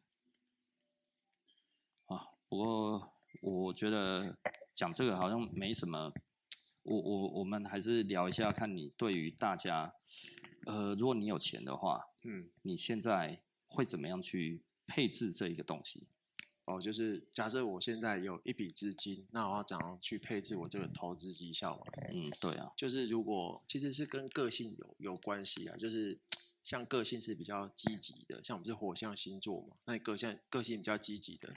Speaker 2: 啊，不过我觉得讲这个好像没什么，我我我们还是聊一下，看你对于大家，呃，如果你有钱的话，
Speaker 1: 嗯，
Speaker 2: 你现在会怎么样去配置这一个东西？
Speaker 1: 哦，就是假设我现在有一笔资金，那我要怎样去配置我这个投资绩效嘛？
Speaker 2: 嗯，对啊，
Speaker 1: 就是如果其实是跟个性有有关系啊，就是像个性是比较积极的，像我们是火象星座嘛，那你个性个性比较积极的，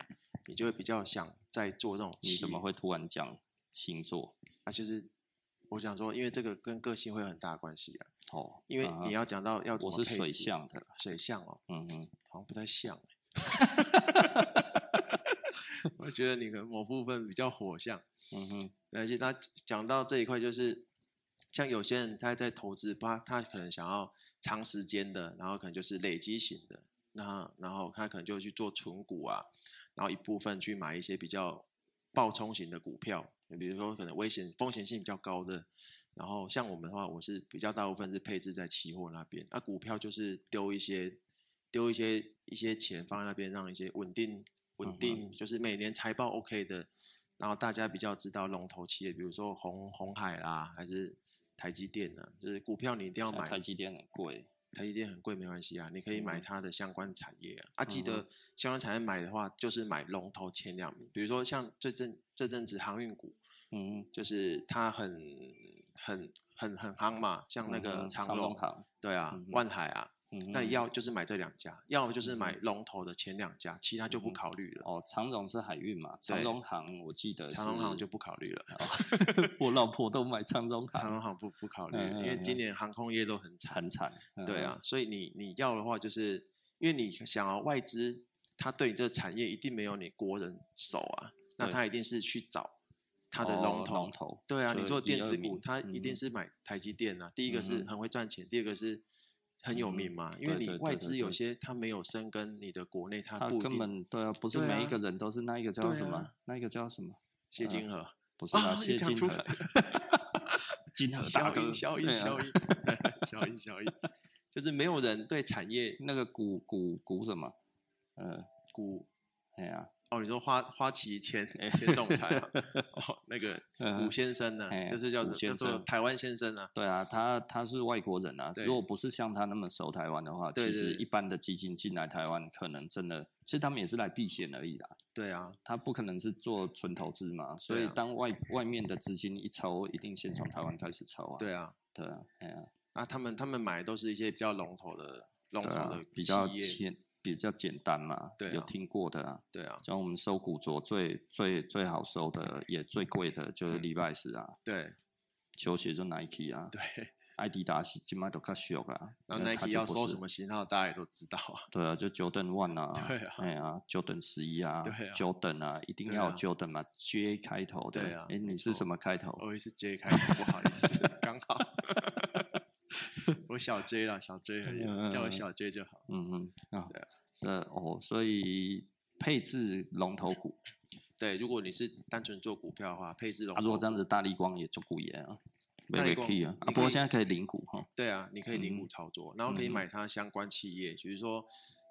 Speaker 1: 你就会比较想在做这种
Speaker 2: 你怎么
Speaker 1: 奇
Speaker 2: 会突然讲星座？
Speaker 1: 啊？就是我想说，因为这个跟个性会有很大的关系啊，
Speaker 2: 哦，
Speaker 1: 因为
Speaker 2: 啊
Speaker 1: 你要讲到要怎
Speaker 2: 我
Speaker 1: 么
Speaker 2: 是
Speaker 1: 配
Speaker 2: 水
Speaker 1: 置
Speaker 2: 象的啦，
Speaker 1: 水象哦，
Speaker 2: 嗯嗯，
Speaker 1: 好像不太 像欸、我觉得你可能某部分比较火象。
Speaker 2: 嗯哼，
Speaker 1: 而且他讲到这一块，就是像有些人他在投资，他他可能想要长时间的，然后可能就是累积型的，那然后他可能就去做存股啊，然后一部分去买一些比较暴冲型的股票，比如说可能危险风险性比较高的。然后像我们的话，我是比较大部分是配置在期货那边，那、股票就是丢一些丢一些一些钱放在那边，让一些稳定
Speaker 2: 嗯
Speaker 1: 稳
Speaker 2: 哼
Speaker 1: 定，就是每年财报 OK 的，然后大家比较知道龙头企业，比如说红红海啦，还是台积电啊，就是股票你一定要
Speaker 2: 台嗯
Speaker 1: 买
Speaker 2: 台积电很贵，
Speaker 1: 它一定很贵没关系啊，你可以买它的相关产业啊。
Speaker 2: 嗯
Speaker 1: 啊，记得相关产业买的话，就是买龙头前两名，比如说像这阵这阵子航运股，
Speaker 2: 嗯，
Speaker 1: 就是它很很很很夯嘛，像那
Speaker 2: 嗯
Speaker 1: 个
Speaker 2: 哼
Speaker 1: 长
Speaker 2: 长
Speaker 1: 隆
Speaker 2: 隆行，
Speaker 1: 对啊
Speaker 2: 嗯，哼
Speaker 1: 万海啊，
Speaker 2: 嗯
Speaker 1: 那你
Speaker 2: 哼
Speaker 1: 要就是买这两家，要就是买龙头的前两家，其他就不考虑了。
Speaker 2: 哦，长荣是海运嘛，长
Speaker 1: 对
Speaker 2: 荣行我记得
Speaker 1: 长隆行
Speaker 2: 哦是
Speaker 1: 就不考虑了，
Speaker 2: 我老婆都买长荣
Speaker 1: 长
Speaker 2: 行，
Speaker 1: 隆行不不考虑，
Speaker 2: 嗯嗯
Speaker 1: 因为今
Speaker 2: 啊嗯
Speaker 1: 年航空业都很惨
Speaker 2: 很。惨。嗯
Speaker 1: 对啊，，所以你你要的话，就是因为你想要外资，他对你这个产业一定没有你国人熟啊，那
Speaker 2: 对
Speaker 1: 他一定是去找他的
Speaker 2: 哦
Speaker 1: 龙头。
Speaker 2: 龙头，
Speaker 1: 对啊，
Speaker 2: 就
Speaker 1: 你说
Speaker 2: 一
Speaker 1: 电
Speaker 2: 二
Speaker 1: 子股，
Speaker 2: 名
Speaker 1: 他一定
Speaker 2: 嗯
Speaker 1: 是买台积电啊。第一个是
Speaker 2: 嗯哼嗯
Speaker 1: 很会赚钱，第二个是很有名嘛。因为
Speaker 2: 对
Speaker 1: 你
Speaker 2: 对对
Speaker 1: 外
Speaker 2: 对
Speaker 1: 资有
Speaker 2: 对
Speaker 1: 些他没有深耕你的国内，他
Speaker 2: 他
Speaker 1: 不一
Speaker 2: 根
Speaker 1: 定。
Speaker 2: 本对啊，不是
Speaker 1: 对
Speaker 2: 每一
Speaker 1: 啊
Speaker 2: 个人都是那一个叫
Speaker 1: 对
Speaker 2: 什么
Speaker 1: 啊，
Speaker 2: 那一个叫什么，
Speaker 1: 谢
Speaker 2: 嗯
Speaker 1: 金河，
Speaker 2: 不是啦，
Speaker 1: 啊
Speaker 2: 谢
Speaker 1: 你讲
Speaker 2: 金
Speaker 1: 出
Speaker 2: 河
Speaker 1: 来，
Speaker 2: 金河大
Speaker 1: 小
Speaker 2: 哥，
Speaker 1: 英，小英，
Speaker 2: 对啊
Speaker 1: 小 英，小英，小英， 就是没有人对产业
Speaker 2: 那个股股股什么，呃，
Speaker 1: 股
Speaker 2: 哎呀，
Speaker 1: 哦，你说花花旗 前前总裁、啊，哦，那 个
Speaker 2: 嗯
Speaker 1: 古先生呢、
Speaker 2: 哎
Speaker 1: 就是叫
Speaker 2: 古
Speaker 1: 做叫
Speaker 2: 先
Speaker 1: 做
Speaker 2: 生
Speaker 1: 台湾先生啊，
Speaker 2: 对啊，他他是外国人啊，
Speaker 1: 对
Speaker 2: 如果不是像他那么熟台湾的话，
Speaker 1: 对对
Speaker 2: 其实
Speaker 1: 对
Speaker 2: 一般的基金进来台湾，可能真的，其实他们也是来避险而已啦。
Speaker 1: 对啊，
Speaker 2: 他不可能是做纯投资嘛，所
Speaker 1: 对
Speaker 2: 以
Speaker 1: 啊
Speaker 2: 当外外面的资金一抽，一定先从台湾开始抽啊。
Speaker 1: 对啊，
Speaker 2: 对啊，哎呀，
Speaker 1: 啊，他们他们买的都是一些比较龙头的龙
Speaker 2: 对
Speaker 1: 头
Speaker 2: 啊
Speaker 1: 的、企
Speaker 2: 比较
Speaker 1: 业，
Speaker 2: 简比较简单嘛，
Speaker 1: 对
Speaker 2: 有
Speaker 1: 啊
Speaker 2: 听过的啊。
Speaker 1: 对啊，
Speaker 2: 像我们收古着最最最好收的，也最贵的就是
Speaker 1: 嗯
Speaker 2: 礼拜四啊，
Speaker 1: 对
Speaker 2: 球鞋就 Nike 啊，
Speaker 1: 对，
Speaker 2: 艾迪达斯今麦都较俗啊。
Speaker 1: 然后
Speaker 2: 因为它
Speaker 1: Nike
Speaker 2: 就
Speaker 1: 要
Speaker 2: 不
Speaker 1: 收
Speaker 2: 是
Speaker 1: 什么型号，大家也都知道啊，
Speaker 2: 对啊，就 Jordan One 啊，
Speaker 1: 对啊
Speaker 2: 哎呀，Jordan 十一啊
Speaker 1: 对啊
Speaker 2: ，Jordan 啊，一定
Speaker 1: 对
Speaker 2: 要有
Speaker 1: 啊
Speaker 2: Jordan 嘛，J 开头的。
Speaker 1: 对啊
Speaker 2: 哎，你
Speaker 1: 没
Speaker 2: 是
Speaker 1: 错哦
Speaker 2: 什么开头？
Speaker 1: 我也是 J 开头，不好意思，刚 好，我小 J 啦，小 J 而已，叫我小 J 就好，
Speaker 2: 嗯嗯啊
Speaker 1: 对啊，
Speaker 2: 呃哦，所以配置龙头股，
Speaker 1: 对，如果你是单纯做股票的话，配置龙
Speaker 2: 啊，
Speaker 1: 头股，
Speaker 2: 如果这样子大力光也做股也啊，
Speaker 1: 大力
Speaker 2: 没没
Speaker 1: 光
Speaker 2: key 啊，啊
Speaker 1: 你
Speaker 2: 不过
Speaker 1: 可以
Speaker 2: 现在可以领股哈，
Speaker 1: 对啊，你可以零股
Speaker 2: 哦嗯
Speaker 1: 操作，然后可以
Speaker 2: 嗯
Speaker 1: 买它相关企业，比如说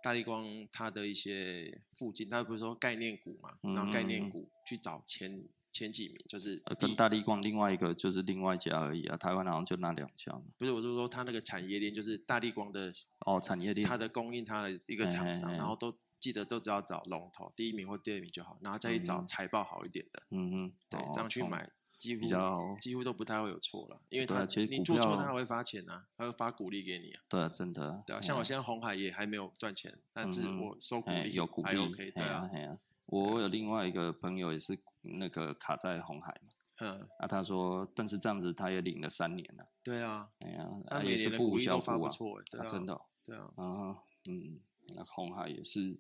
Speaker 1: 大力光它的一些附近，它不是说概念股嘛，然后概
Speaker 2: 嗯嗯
Speaker 1: 念
Speaker 2: 嗯
Speaker 1: 股去找前前几名，就是
Speaker 2: 呃
Speaker 1: 第
Speaker 2: 跟大力光另外一个就是另外一家而已啊，台湾好像就那两家嘛，
Speaker 1: 不是我是说它那个产业链，就是大力光的
Speaker 2: 哦，产业链
Speaker 1: 它的供应，它的一个厂商，
Speaker 2: 哎哎哎
Speaker 1: 然后都记得都只要找龙头第一名或第二名就好，然后再去找
Speaker 2: 嗯
Speaker 1: 财报好一点的，
Speaker 2: 嗯哼，
Speaker 1: 对，
Speaker 2: 哦
Speaker 1: 这样去，
Speaker 2: 从
Speaker 1: 买。几乎
Speaker 2: 比较
Speaker 1: 几乎都不太会有错了，因为
Speaker 2: 对啊
Speaker 1: 它
Speaker 2: 其实
Speaker 1: 你
Speaker 2: 股
Speaker 1: 做错，
Speaker 2: 票
Speaker 1: 它还会发钱啊，它会发股利给你啊。
Speaker 2: 对啊，真的，
Speaker 1: 对啊，像我
Speaker 2: 嗯
Speaker 1: 现在红海也还没有赚钱，但是
Speaker 2: 嗯哼
Speaker 1: 我收股
Speaker 2: 哎
Speaker 1: 利
Speaker 2: 有股
Speaker 1: 还
Speaker 2: 利，
Speaker 1: OK，对
Speaker 2: 哎呀
Speaker 1: 啊，
Speaker 2: 哎呀，我有另外一个朋友也是那个卡在红海嘛，
Speaker 1: 嗯，
Speaker 2: 啊，他说，但是这样子他也领了三年了，
Speaker 1: 对啊，
Speaker 2: 哎呀，
Speaker 1: 他
Speaker 2: 啊
Speaker 1: 每
Speaker 2: 也
Speaker 1: 年
Speaker 2: 是
Speaker 1: 的
Speaker 2: 不
Speaker 1: 股
Speaker 2: 无
Speaker 1: 利
Speaker 2: 小
Speaker 1: 都发
Speaker 2: 补
Speaker 1: 不
Speaker 2: 啊，
Speaker 1: 错欸，对
Speaker 2: 啊
Speaker 1: 啊，
Speaker 2: 真的哦。
Speaker 1: 对啊，
Speaker 2: 啊，嗯，那红海也是，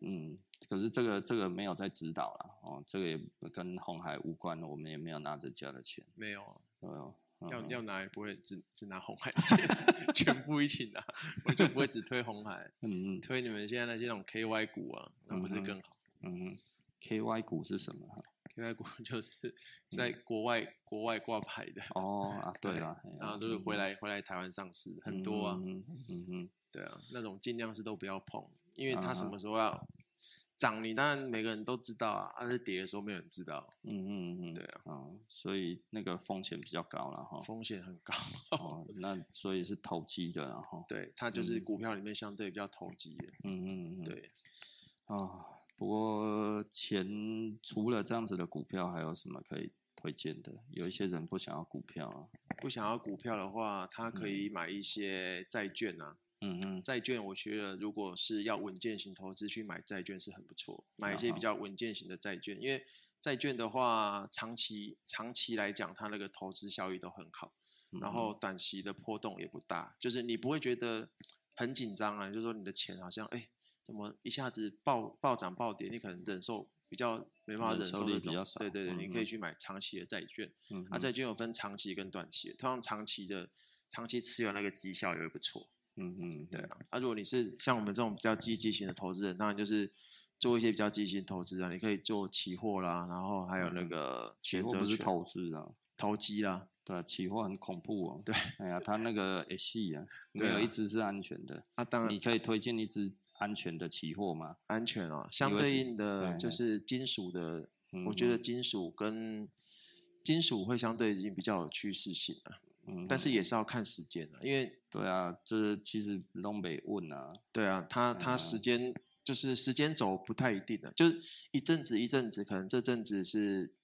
Speaker 2: 嗯，可是这个这个没有在指导啦，哦，这个也跟红海无关，我们也没有拿人家的钱，
Speaker 1: 没有啊，
Speaker 2: 对哦，
Speaker 1: 要
Speaker 2: 嗯
Speaker 1: 要拿也不会只只拿红海钱，全部一起拿，我就不会只推红海，
Speaker 2: 嗯嗯
Speaker 1: 推你们现在那些那种 KY 股啊，那不是
Speaker 2: 嗯哼
Speaker 1: 更好
Speaker 2: 嗯，K Y 股是什么啊？
Speaker 1: ？KY 股就是在国外国外挂牌的，
Speaker 2: 哦啊，对
Speaker 1: 对
Speaker 2: 啦，哎呀
Speaker 1: 然后就是回
Speaker 2: 嗯
Speaker 1: 来回来台湾上市很多啊，
Speaker 2: 嗯嗯嗯嗯
Speaker 1: 对啊，那种尽量是都不要碰，因为它什
Speaker 2: 啊
Speaker 1: 么时候要涨，你当然每个人都知道啊，但是跌的时候没有人知道，
Speaker 2: 嗯嗯嗯，嗯
Speaker 1: 对啊，
Speaker 2: 嗯，所以那个风险比较高了 哈，
Speaker 1: 风险 很高。
Speaker 2: 哦，那所以是投机的然后，
Speaker 1: 对，它就是
Speaker 2: 嗯
Speaker 1: 股票里面相对比较投机的。
Speaker 2: 嗯嗯嗯，
Speaker 1: 对，
Speaker 2: 啊，不过前除了这样子的股票，还有什么可以推荐的？有一些人不想要股票啊，
Speaker 1: 不想要股票的话，它可以买一些债券啊。
Speaker 2: 嗯嗯，
Speaker 1: 债券我觉得如果是要稳健型投资去买债券是很不错，买一些
Speaker 2: 啊
Speaker 1: 比较稳健型的债券，因为债券的话，长期长期来讲，它那个投资效益都很好，
Speaker 2: 嗯
Speaker 1: 然后短期的波动也不大，就是你不会觉得很紧张啊，就是说你的钱好像哎、怎么一下子暴暴涨暴跌，你可能忍受比较没办法
Speaker 2: 忍
Speaker 1: 忍
Speaker 2: 受
Speaker 1: 受
Speaker 2: 力
Speaker 1: 这
Speaker 2: 比
Speaker 1: 种
Speaker 2: 较，少
Speaker 1: 对对对，你可
Speaker 2: 嗯
Speaker 1: 以
Speaker 2: 哼
Speaker 1: 去买长期的债券。
Speaker 2: 嗯哼，
Speaker 1: 啊，债券有分长期跟短期的，通常长期的长期持有那个绩效也会不错。
Speaker 2: 嗯嗯，
Speaker 1: 对啊，啊，如果你是像我们这种比较积极型的投资人，当然就是做一些比较积极型投资啊，你可以做期货啦，然后还有那
Speaker 2: 嗯
Speaker 1: 个
Speaker 2: 期
Speaker 1: 选
Speaker 2: 货
Speaker 1: 择
Speaker 2: 不是
Speaker 1: 权、
Speaker 2: 投资啊，
Speaker 1: 投机啦，
Speaker 2: 对啊，期货很恐怖哦，
Speaker 1: 对，
Speaker 2: 哎呀，它那个 A 系 啊，嗯没
Speaker 1: 对
Speaker 2: 有
Speaker 1: 啊
Speaker 2: 一只是安全 的，
Speaker 1: 啊，当
Speaker 2: 你
Speaker 1: 然
Speaker 2: 可以推荐一只安全的期货吗？
Speaker 1: 安全啊，相
Speaker 2: 为
Speaker 1: 对
Speaker 2: 什么
Speaker 1: 应的
Speaker 2: 哎
Speaker 1: 就
Speaker 2: 哎
Speaker 1: 是金属的，我觉得
Speaker 2: 嗯哼
Speaker 1: 金属跟金属会相对已经比较有趋势性了、啊
Speaker 2: 嗯，
Speaker 1: 但是也是要看时间的，因为
Speaker 2: 对啊，这其实拢没问啊，
Speaker 1: 对啊，它它时间就是时间轴不太一定的，就是一阵子一阵子，可能这阵子是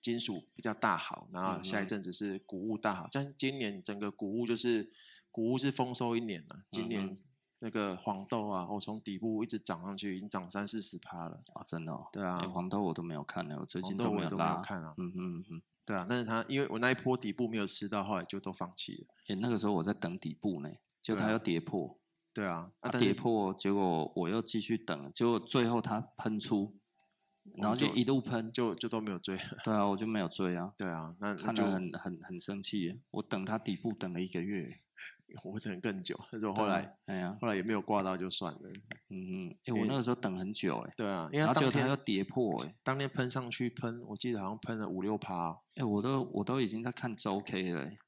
Speaker 1: 金属比较大好，然后下
Speaker 2: 嗯
Speaker 1: 一
Speaker 2: 哼
Speaker 1: 阵子是谷物大好，像今年整个谷物就是谷物是丰收一年了，今
Speaker 2: 嗯
Speaker 1: 年那个黄豆啊，我、从底部一直涨上去，已经涨三四十趴了，
Speaker 2: 啊，真的、哦，
Speaker 1: 对啊
Speaker 2: 诶黄豆我都没有看呢，我最近
Speaker 1: 黄豆
Speaker 2: 没
Speaker 1: 我
Speaker 2: 有
Speaker 1: 也都没
Speaker 2: 拉
Speaker 1: 有，看啊，
Speaker 2: 嗯哼嗯哼，
Speaker 1: 对啊，但是它因为我那一波底部没有吃到，后来就都放弃了，
Speaker 2: 诶，那个时候我在等底部呢，结
Speaker 1: 对
Speaker 2: 果
Speaker 1: 啊
Speaker 2: 它又跌破，
Speaker 1: 对啊，
Speaker 2: 啊
Speaker 1: 啊但
Speaker 2: 跌
Speaker 1: 是
Speaker 2: 破，结果我又继续等，结果最后它喷出，然后
Speaker 1: 们
Speaker 2: 就
Speaker 1: 就
Speaker 2: 一路喷，
Speaker 1: 就就都没有追，
Speaker 2: 对啊，我就没有追啊，
Speaker 1: 对啊，那那
Speaker 2: 看
Speaker 1: 就
Speaker 2: 得很很很生气耶，我等它底部等了一个月，
Speaker 1: 我等更久，但是我
Speaker 2: 对
Speaker 1: 后
Speaker 2: 啊
Speaker 1: 来、
Speaker 2: 哎呀，
Speaker 1: 后来也没有挂到就算了。
Speaker 2: 嗯嗯，诶，我
Speaker 1: 诶
Speaker 2: 那个时候等很久哎，
Speaker 1: 对啊，因为
Speaker 2: 然
Speaker 1: 他
Speaker 2: 后结
Speaker 1: 当
Speaker 2: 果它又
Speaker 1: 天
Speaker 2: 跌破哎，
Speaker 1: 当天喷上去喷，我记得好像喷了五六趴哦。
Speaker 2: 诶，我都我都已经在看周 K 了诶，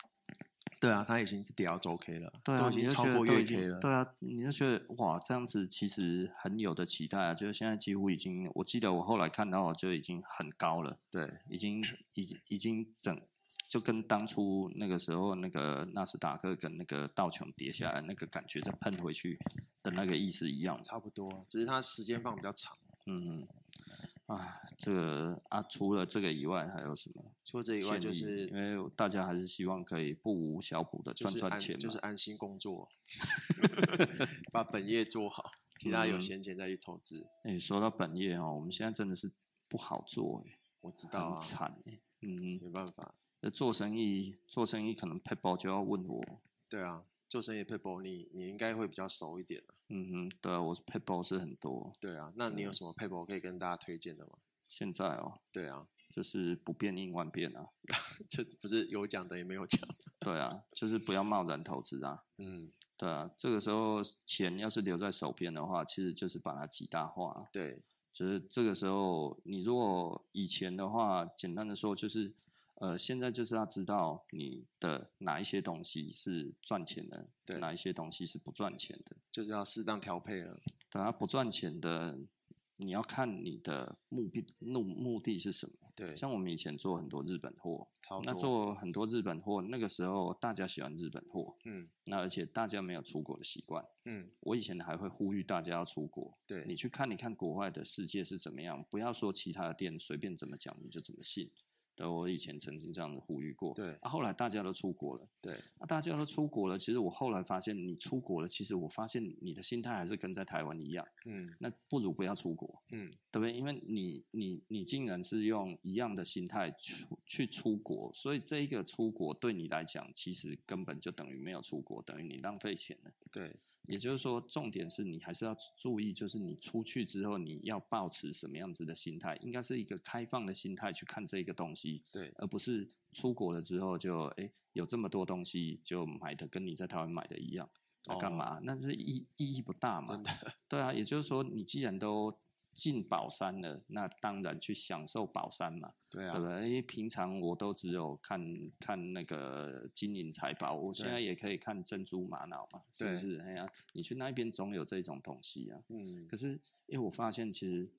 Speaker 1: 对啊，他已经是屌周 K 了，
Speaker 2: 对啊，
Speaker 1: 都已
Speaker 2: 你
Speaker 1: 经
Speaker 2: 就
Speaker 1: 超
Speaker 2: 觉得
Speaker 1: 过
Speaker 2: 都
Speaker 1: 月
Speaker 2: 已
Speaker 1: K
Speaker 2: 经
Speaker 1: 了。
Speaker 2: 对啊，你就觉得哇，这样子其实很有的期待啊，就是现在几乎已经，我记得我后来看到就已经很高了，
Speaker 1: 对
Speaker 2: 已经已经已经整就跟当初那个时候那个纳斯达克跟那个道琼跌下来那个感觉再喷回去的那个意思一样，
Speaker 1: 差不多，只是他时间放比较长。
Speaker 2: 嗯嗯。啊，这个啊，除了这个以外还有什么
Speaker 1: 除了这以外，
Speaker 2: 建议？
Speaker 1: 就
Speaker 2: 因
Speaker 1: 是
Speaker 2: 为大家还是希望可以不无小补的
Speaker 1: 就
Speaker 2: 赚
Speaker 1: 是
Speaker 2: 赚
Speaker 1: 安
Speaker 2: 钱嘛，
Speaker 1: 就是安心工 作，把本业做好，其他有
Speaker 2: 嗯
Speaker 1: 闲钱再去投资。
Speaker 2: 哎、说到本业哦，我们现在真的是不好做哎、
Speaker 1: 我知道
Speaker 2: 很
Speaker 1: 啊，
Speaker 2: 惨哎、嗯，
Speaker 1: 没办法。
Speaker 2: 那做生意做生意可能 people 就要问我，
Speaker 1: 对啊，做生意 people 你你应该会比较熟一点了。
Speaker 2: 嗯哼，对啊，我 people 是很多，
Speaker 1: 对啊，那你有
Speaker 2: 嗯
Speaker 1: 什么 people 可以跟大家推荐的吗？
Speaker 2: 现在哦，
Speaker 1: 对啊，
Speaker 2: 就是不变应万变啊，
Speaker 1: 这不是有讲等于没有 讲。
Speaker 2: 对啊，就是不要贸然投资啊，
Speaker 1: 嗯，
Speaker 2: 对啊，这个时候钱要是留在手边的话，其实就是把它极大化啊，
Speaker 1: 对，
Speaker 2: 就是这个时候，你如果以前的话，简单的说就是，呃，现在就是要知道你的哪一些东西是赚钱的，
Speaker 1: 对
Speaker 2: 哪一些东西是不赚钱的。
Speaker 1: 就是要适当调配了。
Speaker 2: 等它不赚钱的，你要看你的目的目目的是什么。
Speaker 1: 对，
Speaker 2: 像我们以前做很多日本货，
Speaker 1: 超
Speaker 2: 那
Speaker 1: 多
Speaker 2: 做很多日本货，那个时候大家喜欢日本货，
Speaker 1: 嗯
Speaker 2: 那而且大家没有出国的习惯。
Speaker 1: 嗯，
Speaker 2: 我以前还会呼吁大家要出国，
Speaker 1: 对，
Speaker 2: 你去看一看国外的世界是怎么样，不要说其他的店随便怎么讲你就怎么信。对，我以前曾经这样子呼吁过。
Speaker 1: 对
Speaker 2: 啊，后来大家都出国了，
Speaker 1: 对
Speaker 2: 啊，大家都出国了。其实我后来发现，你出国了，其实我发现你的心态还是跟在台湾一样，
Speaker 1: 嗯
Speaker 2: 那不如不要出国，
Speaker 1: 嗯，
Speaker 2: 对不对？因为你你你竟然是用一样的心态去去出国，所以这一个出国对你来讲，其实根本就等于没有出国，等于你浪费钱了。
Speaker 1: 对
Speaker 2: 也就是说，重点是你还是要注意，就是你出去之后，你要保持什么样子的心态，应该是一个开放的心态去看这个东西，
Speaker 1: 对
Speaker 2: 而不是出国了之后就哎、诶有这么多东西就买的跟你在台湾买的一样，那干
Speaker 1: 哦
Speaker 2: 嘛？那是意意义不大嘛
Speaker 1: 真。的
Speaker 2: 对啊，也就是说，你既然都进宝山了，那当然去享受宝山嘛。
Speaker 1: 对啊
Speaker 2: 对，不对？因为平常我都只有看看那个金银财宝，我现
Speaker 1: 对
Speaker 2: 在也可以看珍珠玛瑙嘛，是不
Speaker 1: 对
Speaker 2: 是？哎呀、你去那边总有这种东西啊。
Speaker 1: 嗯
Speaker 2: 可，是，因为我发现其实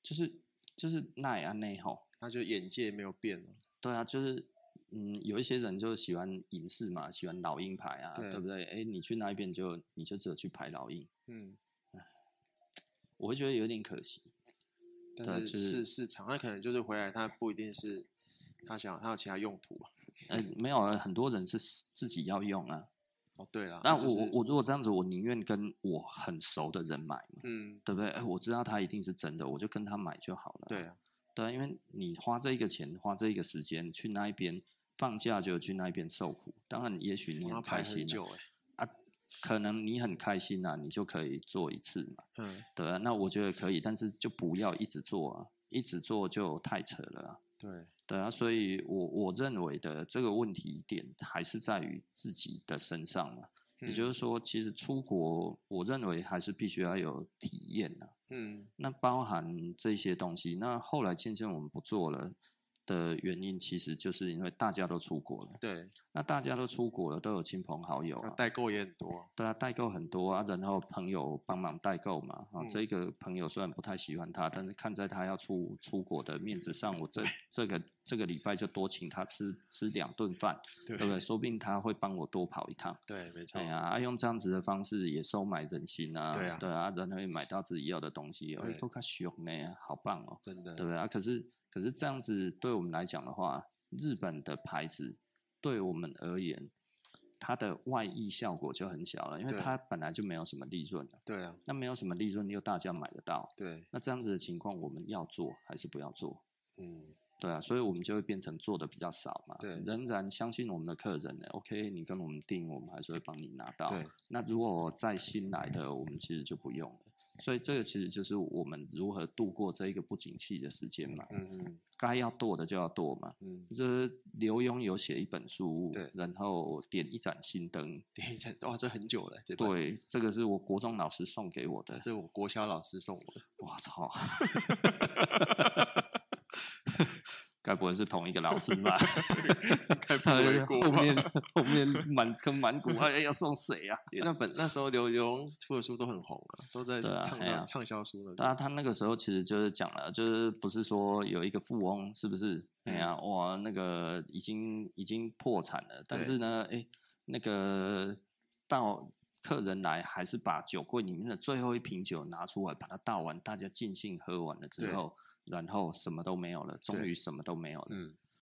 Speaker 2: 就是就是奈安内吼，
Speaker 1: 他就眼界没有变了。
Speaker 2: 对啊，就是嗯，有一些人就喜欢影视嘛，喜欢老鹰牌啊，
Speaker 1: 对
Speaker 2: 不对？哎，你去那边就你就只有去排老鹰，
Speaker 1: 嗯，
Speaker 2: 我会觉得有点可惜。对啊
Speaker 1: 但
Speaker 2: 就是
Speaker 1: 市市场，那可能就是回来，他不一定是他想他有其他用途啊。
Speaker 2: 哎，没有，啊，很多人是自己要用啊。
Speaker 1: 哦，对了，
Speaker 2: 那
Speaker 1: 就
Speaker 2: 我
Speaker 1: 是
Speaker 2: 我如果这样子，我宁愿跟我很熟的人买嘛，
Speaker 1: 嗯，
Speaker 2: 对不对？哎，我知道他一定是真的，我就跟他买就好了。
Speaker 1: 对啊，
Speaker 2: 对啊，因为你花这一个钱，花这一个时间去那一边放假就去那一边受苦，当然也许你
Speaker 1: 我要
Speaker 2: 很
Speaker 1: 排
Speaker 2: 开
Speaker 1: 很
Speaker 2: 心
Speaker 1: 久
Speaker 2: 啊
Speaker 1: 哎。
Speaker 2: 啊，可能你很开心啊，你就可以做一次嘛，
Speaker 1: 嗯，
Speaker 2: 对啊，那我觉得可以，但是就不要一直做啊，一直做就太扯了啊。
Speaker 1: 对，
Speaker 2: 对啊，所以我我认为的这个问题点还是在于自己的身上嘛。也
Speaker 1: 嗯
Speaker 2: 就是是说，其实出国，我认为还是必须要有体验的、
Speaker 1: 嗯，
Speaker 2: 那包含这些东西，那后来渐渐我们不做了的原因，其实就是因为大家都出国了。
Speaker 1: 对，
Speaker 2: 那大家都出国了，都有亲朋好友、
Speaker 1: 他
Speaker 2: 啊，
Speaker 1: 代购也很多。
Speaker 2: 对啊，代购很多啊，然后朋友帮忙代购嘛。啊，
Speaker 1: 嗯
Speaker 2: 这个朋友虽然不太喜欢他，但是看在他要出出国的面子上，我这这个这个礼拜就多请他吃吃两顿饭，
Speaker 1: 对
Speaker 2: 对不对？说不定他会帮我多跑一趟。
Speaker 1: 对，没错
Speaker 2: 哎，呀，啊用这样子的方式也收买人心啊，
Speaker 1: 对啊
Speaker 2: 然后也买到自己要的东西，哎
Speaker 1: 对，
Speaker 2: 都看熊呢，好棒哦，
Speaker 1: 真的
Speaker 2: 对不对啊？可是可是这样子对我们来讲的话，日本的牌子对我们而言，它的外溢效果就很小了，因为
Speaker 1: 对
Speaker 2: 它本来就没有什么利润了，
Speaker 1: 对啊，
Speaker 2: 那没有什么利润又大家买得到，
Speaker 1: 对，
Speaker 2: 那这样子的情况我们要做还是不要做？
Speaker 1: 嗯，
Speaker 2: 对啊，所以我们就会变成做的比较少嘛。
Speaker 1: 对
Speaker 2: 仍然相信我们的客人呢。OK，你跟我们订，我们还是会帮你拿到。
Speaker 1: 对，
Speaker 2: 那如果再新来的，我们其实就不用了。所以这个其实就是我们如何度过这一个不景气的时间嘛。
Speaker 1: 嗯嗯
Speaker 2: 该要剁的就要剁嘛。
Speaker 1: 嗯，
Speaker 2: 就是刘墉有写一本书，
Speaker 1: 对
Speaker 2: 然后点一盏新灯。
Speaker 1: 等一下，哇，这很久了，这本，
Speaker 2: 对，这个是我国中老师送给我的。
Speaker 1: 这我国小老师送我 的，
Speaker 2: 我 操！该不会是同一个老师吧？
Speaker 1: 该不
Speaker 2: 哎
Speaker 1: 为
Speaker 2: 呀
Speaker 1: 过啊
Speaker 2: 后
Speaker 1: 吧？
Speaker 2: 面后面满坑满谷，哎呀，要送谁呀、
Speaker 1: 也那本那时候刘刘墉出的书都很红啊，都在
Speaker 2: 对啊
Speaker 1: 畅
Speaker 2: 哎
Speaker 1: 销
Speaker 2: 呀
Speaker 1: 畅销书那
Speaker 2: 当
Speaker 1: 边。
Speaker 2: 然，啊他那个时候其实就是讲了，就是不是说有一个富翁，是不是？哎呀，
Speaker 1: 嗯
Speaker 2: 哇，那个已经已经破产了，但
Speaker 1: 对
Speaker 2: 是呢，哎，那个到客人来，还是把酒柜里面的最后一瓶酒拿出来，把它倒完，大家尽兴喝完了之
Speaker 1: 对
Speaker 2: 后，然后什么都没有了，终
Speaker 1: 对
Speaker 2: 于什么都没有了。
Speaker 1: 嗯，